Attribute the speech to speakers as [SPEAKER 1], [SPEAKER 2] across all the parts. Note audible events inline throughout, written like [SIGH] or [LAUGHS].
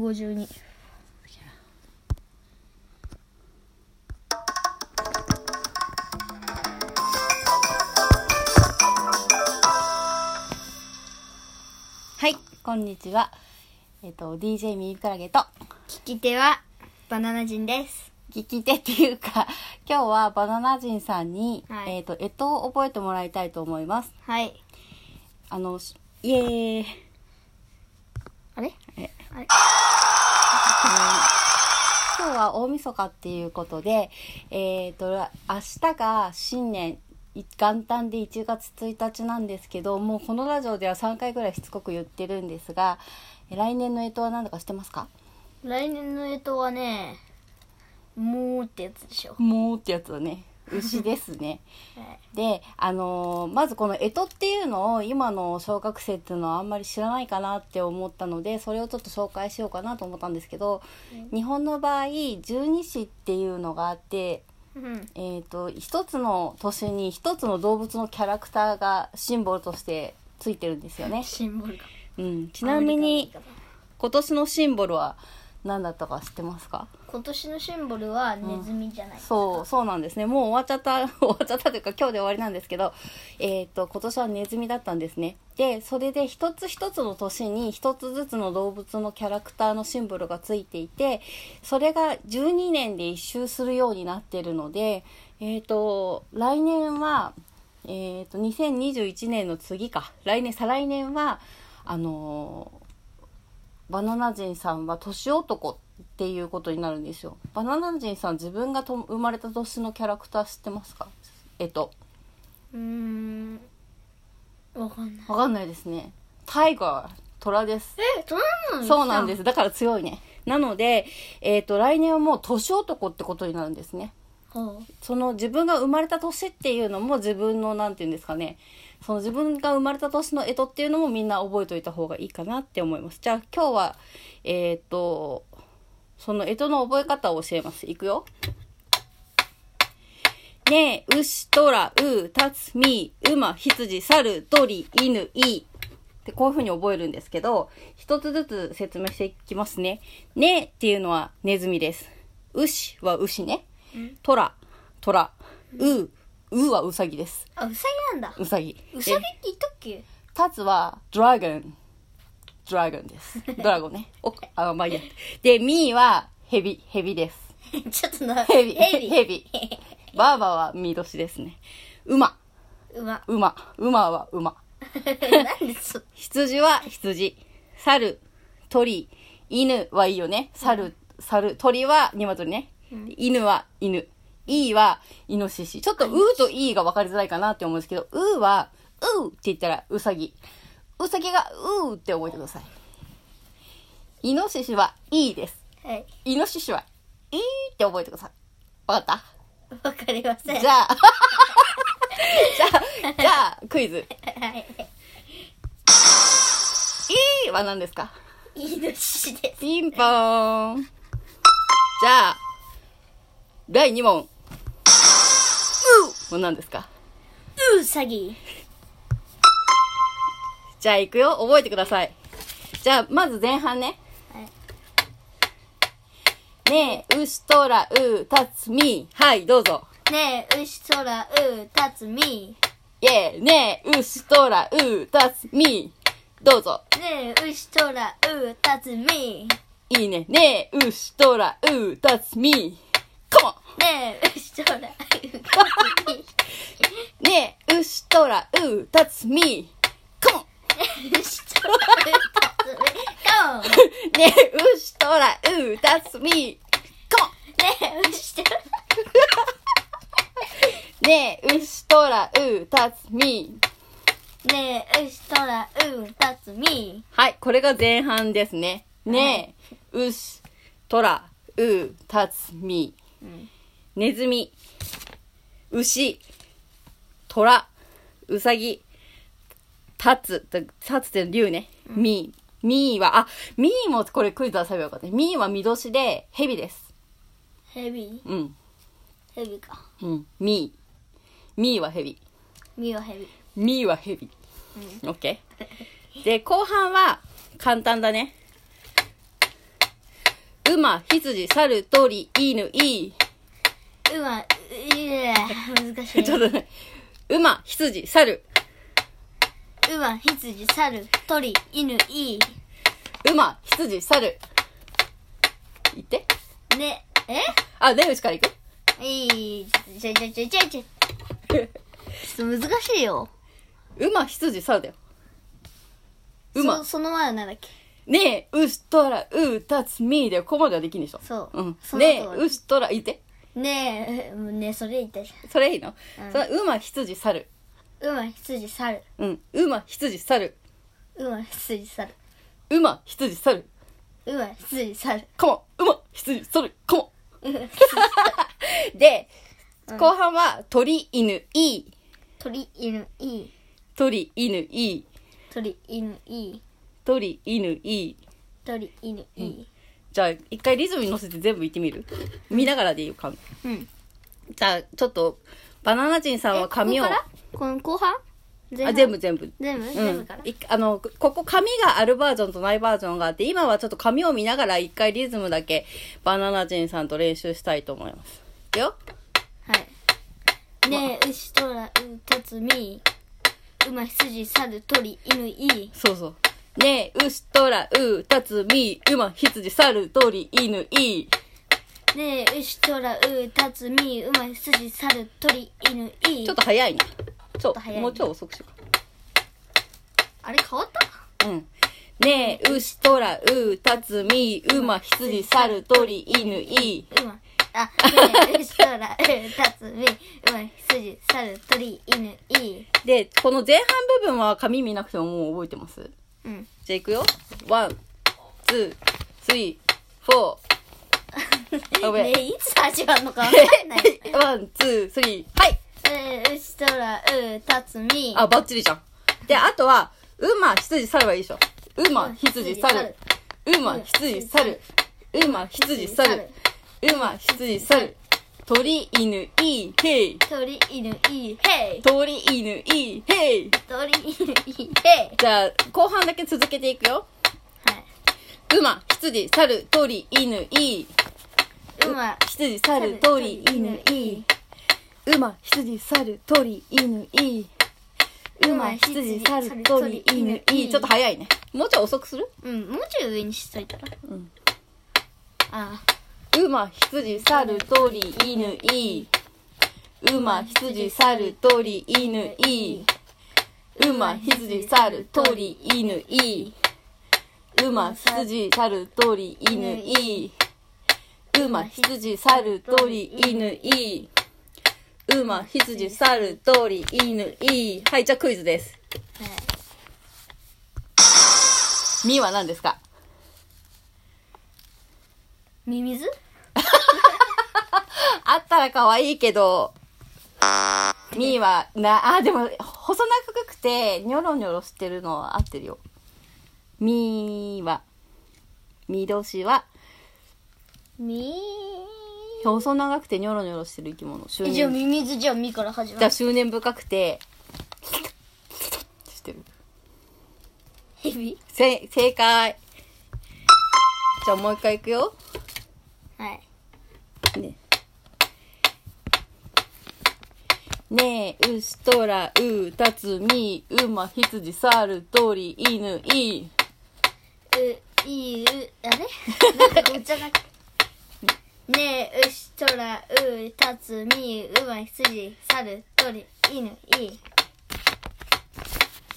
[SPEAKER 1] 152
[SPEAKER 2] はい、こんにちは。えっ、と、DJ ミークラゲと、
[SPEAKER 1] 聞き手はバナナ人です
[SPEAKER 2] 聞き手っていうか、 [LAUGHS] 今日はバナナ人さんに、
[SPEAKER 1] はい
[SPEAKER 2] えっ、と、えとを覚えてもらいたいと思います。
[SPEAKER 1] はい
[SPEAKER 2] あの、しイエーイ。
[SPEAKER 1] あれ
[SPEAKER 2] え
[SPEAKER 1] あれ
[SPEAKER 2] 今日は大晦日っていうことで、えっ、と、明日が新年、い元旦で1月1日なんですけど、もうこのラジオでは3回ぐらいしつこく言ってるんですが、え来年のえとは何だか知ってますか
[SPEAKER 1] 来年の干支はねもうってやつでしょ、
[SPEAKER 2] もうってやつだね。牛ですね。
[SPEAKER 1] はい
[SPEAKER 2] で、あのーまずこの干支っていうのを今の小学生っていうのはあんまり知らないかなって思ったのでそれをちょっと紹介しようかなと思ったんですけど、日本の場合十二支っていうのがあって、
[SPEAKER 1] うん
[SPEAKER 2] えー、と一つの年に一つの動物のキャラクターがシンボルとしてついてるんですよね。
[SPEAKER 1] シンボルか
[SPEAKER 2] うん、ちなみに今年のシンボルは何だったか知ってますか
[SPEAKER 1] 今年のシンボルはネズミじゃない、
[SPEAKER 2] そう、そうなんですね。もう終わっちゃった、 [LAUGHS] 終わっちゃったというか今日で終わりなんですけど、えっ、と、今年はネズミだったんですね。で、それで一つ一つの年に一つずつの動物のキャラクターのシンボルがついていて、それが12年で一周するようになってるので、えっ、と、来年は、えっ、と、2021年の次か、来年、再来年は、あのーバナナ人さんは年男っていうことになるんですよバナナ人さん自分がと生まれた年のキャラクター知ってますかえっと
[SPEAKER 1] うーんわかんない
[SPEAKER 2] わかんないですねタイガー虎です
[SPEAKER 1] えそうなの
[SPEAKER 2] そうなんですすだから強いねなのでえっ、と来年はもう年男ってことになるんですね
[SPEAKER 1] ほ
[SPEAKER 2] その自分が生まれた年っていうのも自分のなんて言うんですかねその自分が生まれた年の干支っていうのもみんな覚えておいた方がいいかなって思いますじゃあ今日はえーっとその干支の覚え方を教えますいくよねえ牛とらうたつみ馬羊猿鳥犬いってこういうふうに覚えるんですけど一つずつ説明していきますねねえっていうのはネズミです牛は牛ねトラ、トラ、う、うはウサギです。
[SPEAKER 1] あうさぎなんだ
[SPEAKER 2] ウサギ。
[SPEAKER 1] うさぎっ
[SPEAKER 2] で
[SPEAKER 1] て言ったっけ
[SPEAKER 2] タツはドラゴン。ドラゴン [LAUGHS] です。ドラゴンね。お、あ、まあいい [LAUGHS] や。で、ミーはヘビ、ヘビです。
[SPEAKER 1] ちょっとな、
[SPEAKER 2] ヘビ、
[SPEAKER 1] [LAUGHS] ヘビ。
[SPEAKER 2] ヘ [LAUGHS] ビ。バーバはミー年ですね。馬、
[SPEAKER 1] うま。
[SPEAKER 2] 馬、馬は馬。
[SPEAKER 1] なんでそ、
[SPEAKER 2] 羊は羊。猿、鳥、犬はいいよね。猿、猿、鳥は鶏ね。犬は犬。いいはイノシシ。ちょっとうーといいが分かりづらいかなって思うんですけど、うーは、うーって言ったらうさぎ。うさぎがうーって覚えてください。イノシシはいいです。
[SPEAKER 1] はい。
[SPEAKER 2] イノシシはいいって覚えてください。わかっ
[SPEAKER 1] わかりません。
[SPEAKER 2] たじゃあ、 [LAUGHS] じゃあ、じゃあ、クイズ。
[SPEAKER 1] はい。
[SPEAKER 2] いいは何ですか
[SPEAKER 1] イノシシです。
[SPEAKER 2] ピンポーン。じゃあ、第2問。うもう何ですか
[SPEAKER 1] うさぎ。
[SPEAKER 2] じゃあ行くよ。覚えてください。じゃあ、まず前半ね。
[SPEAKER 1] はい。
[SPEAKER 2] ねえ、うしとらう、たつみ。はい、どうぞ。
[SPEAKER 1] ねえ、うし、そら、う、たつみ。
[SPEAKER 2] イェーねえ、うしとらう、たつみ。どうぞ。
[SPEAKER 1] ねえ、うし、そら、う、たつみ。
[SPEAKER 2] いいね。ねえ、うしとらう、たつみ。カモン
[SPEAKER 1] ねえ、うし、そら、う、たつみ。
[SPEAKER 2] ねえ、うしとらう、たつみ。カモン
[SPEAKER 1] うし、そら、う、たつみ。カモン。
[SPEAKER 2] [LAUGHS] ねえ、うしとらう、たつみ。カモン
[SPEAKER 1] ねえ、うし、そら、
[SPEAKER 2] ねえ、牛とらう、たつみ。
[SPEAKER 1] ねえ、うし、そら、う、たつみ。
[SPEAKER 2] はい、これが前半ですね。ねえ、牛とらう、たつみ。
[SPEAKER 1] うん
[SPEAKER 2] ネズミ、牛、トラ、ウサギ、タツ、タツって竜ね。ミー。ミーは、あ、ミーもこれクイズ出せばよかった。ミーは見年で、ヘビです。
[SPEAKER 1] ヘビ
[SPEAKER 2] うん。
[SPEAKER 1] ヘビか。
[SPEAKER 2] うん。ミー。ミーはヘビ。
[SPEAKER 1] みはヘビ。
[SPEAKER 2] ミーはヘビ。オッケー。で、後半は簡単だね。馬、羊、猿、鳥、犬、いい。
[SPEAKER 1] うわ、いえ、難しい。
[SPEAKER 2] ちょっとね、馬、羊、猿、
[SPEAKER 1] うわ、羊、猿、鳥、犬、いい。
[SPEAKER 2] 馬、羊、猿。言って。
[SPEAKER 1] ね、え
[SPEAKER 2] あ、出口から行く
[SPEAKER 1] いい、ちょちょちょちょちょ。ちょっと難しいよ。
[SPEAKER 2] 馬、羊、猿だよ。馬
[SPEAKER 1] そ。その前はなんだっけ
[SPEAKER 2] ねえ、うしとら、うたつみーだよ。ここまではできんでしょ。
[SPEAKER 1] そう
[SPEAKER 2] うん
[SPEAKER 1] そ。の
[SPEAKER 2] ねえ
[SPEAKER 1] 後、は
[SPEAKER 2] うしとら、言って。
[SPEAKER 1] ねえ、えねえ、それ言ったじ
[SPEAKER 2] それいいの、
[SPEAKER 1] うん
[SPEAKER 2] それ馬、羊、猿。
[SPEAKER 1] ゃん。うま、羊、猿。
[SPEAKER 2] うん。馬、羊、猿。
[SPEAKER 1] うま、羊、猿。
[SPEAKER 2] 馬、羊、猿。
[SPEAKER 1] うま、羊、猿。
[SPEAKER 2] カモン馬、羊、猿、カモ
[SPEAKER 1] うま、
[SPEAKER 2] ン [LAUGHS] で、後半は、鳥、犬、いい。
[SPEAKER 1] 鳥、犬、いい。
[SPEAKER 2] 鳥、犬、いい。
[SPEAKER 1] 鳥、犬、いい。
[SPEAKER 2] 鳥、犬、いい。
[SPEAKER 1] 鳥、犬、いい。
[SPEAKER 2] じゃあ、一回リズムに乗せて全部言ってみる見ながらでいいよ、か
[SPEAKER 1] うん。
[SPEAKER 2] じゃあ、ちょっと、バナナ人さん
[SPEAKER 1] え
[SPEAKER 2] は髪を、
[SPEAKER 1] ここからこの後半前
[SPEAKER 2] あ、
[SPEAKER 1] 半
[SPEAKER 2] 全部全部。
[SPEAKER 1] 全部
[SPEAKER 2] う
[SPEAKER 1] 全部
[SPEAKER 2] ん
[SPEAKER 1] から、
[SPEAKER 2] いあのここ紙があるバージョンとないバージョンがあって今はちょっと紙を見ながら一回リズムだけバナナ人さんと練習したいと思いますいくよ
[SPEAKER 1] はい。ねえ、牛、トラ、ウ、タツ、ミー。馬、羊、猿、鳥、犬、いい。
[SPEAKER 2] そうそうねえ牛とらうたつみ馬羊猿鳥犬いい
[SPEAKER 1] ねえ、牛、トラ、ウ、タツ、ミー。馬、羊、猿、鳥、犬、いい。
[SPEAKER 2] ちょっと早いなちょっ
[SPEAKER 1] と早いね
[SPEAKER 2] もうちょい遅くしよ
[SPEAKER 1] あれ変わった
[SPEAKER 2] うかうんねえ牛とらうたつみ馬羊猿鳥犬いい
[SPEAKER 1] 馬、あ、ねえ、牛、トラ、ウ、タツ、ミー。馬、羊、猿、鳥、犬、いい。
[SPEAKER 2] でこの前半部分は紙見なくてももう覚えてます
[SPEAKER 1] うん。
[SPEAKER 2] じゃあいくよ。ワン、ツー、スリー、フォあごめ
[SPEAKER 1] ね
[SPEAKER 2] ん
[SPEAKER 1] え、いつ始まるのかわかんない。
[SPEAKER 2] [LAUGHS] ー。ワン、ツー、スリー、はい
[SPEAKER 1] ねえ、牛、トラ、ウ、タツ、ミー。
[SPEAKER 2] あ、バッチリじゃん。で、あとは、馬、羊、猿はいいでしょ。馬、羊、猿。馬、羊、猿。馬、羊、猿。馬、羊、猿。鳥、犬、いい、へい。
[SPEAKER 1] 鳥、犬、いい。へい。
[SPEAKER 2] 鳥、犬、いい、へい。
[SPEAKER 1] 鳥、犬、いい。へい。
[SPEAKER 2] じゃあ、後半だけ続けていくよ。
[SPEAKER 1] はい。
[SPEAKER 2] 馬、羊、猿、鳥、犬、いい。
[SPEAKER 1] 馬、
[SPEAKER 2] 羊、猿、鳥、犬、いい。馬、羊、猿、鳥、犬、いい。馬、羊、猿、鳥、犬、いい。ちょっと早いね。もうちょい遅くする
[SPEAKER 1] うん、もうちょい上にしといたら。
[SPEAKER 2] うん。
[SPEAKER 1] あ
[SPEAKER 2] 馬、羊、猿、鳥、犬、いい。馬、羊、猿、鳥、犬、いい。馬、羊、猿、鳥、犬、いい。馬、羊、猿、鳥、犬、いい。馬、羊、猿、鳥、犬、いい。馬、羊、猿、鳥、犬、いい。はい、じゃあクイズです。
[SPEAKER 1] あ、はい。
[SPEAKER 2] みは何ですか
[SPEAKER 1] ミミズ
[SPEAKER 2] あったら可愛いけど、みーは、な、あ、でも、細長くて、ニョロニョロしてるのは合ってるよ。みーは、みどしは、
[SPEAKER 1] ミ
[SPEAKER 2] 細長くてニョロニョロしてる生き物。執
[SPEAKER 1] ー。え、じゃあ
[SPEAKER 2] 念
[SPEAKER 1] ミミズじゃあミから始ま
[SPEAKER 2] じゃあ
[SPEAKER 1] る。
[SPEAKER 2] 執念深くて、してる。
[SPEAKER 1] ヘビ
[SPEAKER 2] せ、正解。じゃあもう一回いくよ。
[SPEAKER 1] はい。
[SPEAKER 2] ねねえ、牛とら、う、たつみ、馬、羊、猿、鳥、犬、いい。
[SPEAKER 1] う、いい、う、あれ
[SPEAKER 2] [LAUGHS]
[SPEAKER 1] なんかごっちゃなねえ、牛、トラ、ウ、タツ、ミー、ウマ、羊、猿、鳥、犬、いい。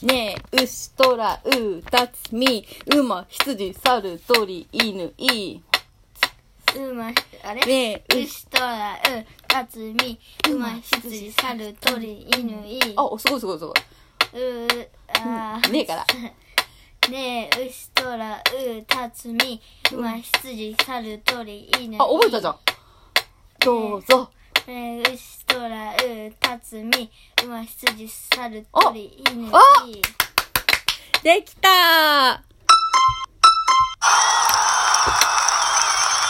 [SPEAKER 2] ねえ、牛とら、う、たつみ、馬、羊、猿、鳥、犬、いい。
[SPEAKER 1] ウマ、あれ
[SPEAKER 2] ねえ、牛、
[SPEAKER 1] 牛、トラ、ウ、タツ、ミー、ウマ、羊、猿、鳥、犬、いい。
[SPEAKER 2] あ、すごいすごいすごい。
[SPEAKER 1] うー、あー
[SPEAKER 2] ねえから。
[SPEAKER 1] [LAUGHS] ねえ、牛、トラ、ウ、タツ、ミ、馬、羊、猿、鳥、犬。
[SPEAKER 2] あ、覚えたじゃん。どうぞ。
[SPEAKER 1] ん。ねえ、牛、トラ、ウ、タツ、ミ、馬、羊、猿、
[SPEAKER 2] あ
[SPEAKER 1] 鳥、犬。
[SPEAKER 2] あできたー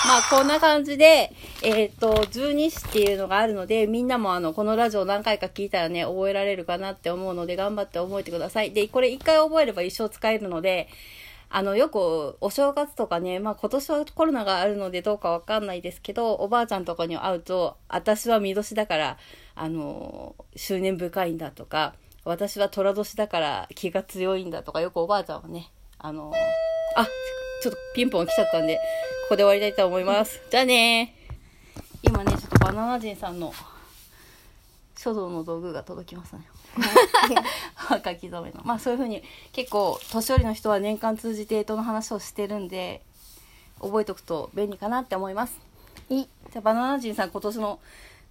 [SPEAKER 2] まあこんな感じで、えっ、と、十二支っていうのがあるので、みんなもあの、このラジオ何回か聞いたらね、覚えられるかなって思うので、頑張って覚えてください。で、これ一回覚えれば一生使えるので、あの、よくお正月とかね、まあ今年はコロナがあるのでどうかわかんないですけど、おばあちゃんとかに会うと、私は見年だから、あの、執念深いんだとか、私は虎年だから気が強いんだとか、よくおばあちゃんはね、あの、あ、ちょっとピンポン来ちゃったんで、ここで終わりたいと思います。じゃあねー。今ね、ちょっとバナナ人さんの書道の道具が届きます [LAUGHS] ね。書き初めのまあそういうふうに結構年寄りの人は年間通じて干支の話をしてるんで覚えとくと便利かなって思います
[SPEAKER 1] い
[SPEAKER 2] じゃあバナナ人さん今年の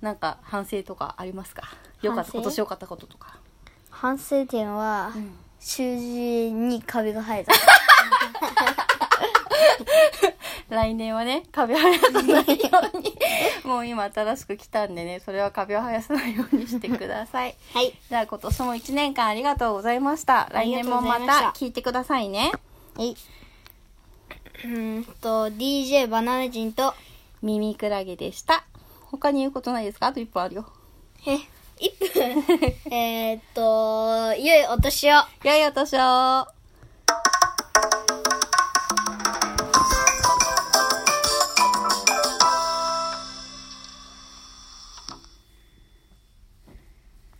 [SPEAKER 2] なんか反省とかありますかよかった
[SPEAKER 1] 反省
[SPEAKER 2] 今年良かったこととか
[SPEAKER 1] 反省点は、習字にカビが生え [LAUGHS] た
[SPEAKER 2] 来年はね壁を生やさないようにもう今新しく来たんでねそれは壁を生やさないようにしてください
[SPEAKER 1] はい
[SPEAKER 2] じゃあ今年も1年間ありがとうございました来年もま
[SPEAKER 1] ありがとうござい
[SPEAKER 2] た
[SPEAKER 1] まし
[SPEAKER 2] 聞いてくださいね
[SPEAKER 1] はいうーんと DJ バナナ人と
[SPEAKER 2] 耳クラゲでした他に言うことないですかあと1分あるよ
[SPEAKER 1] [LAUGHS] え1分えーっと良いお年を
[SPEAKER 2] 良いお年を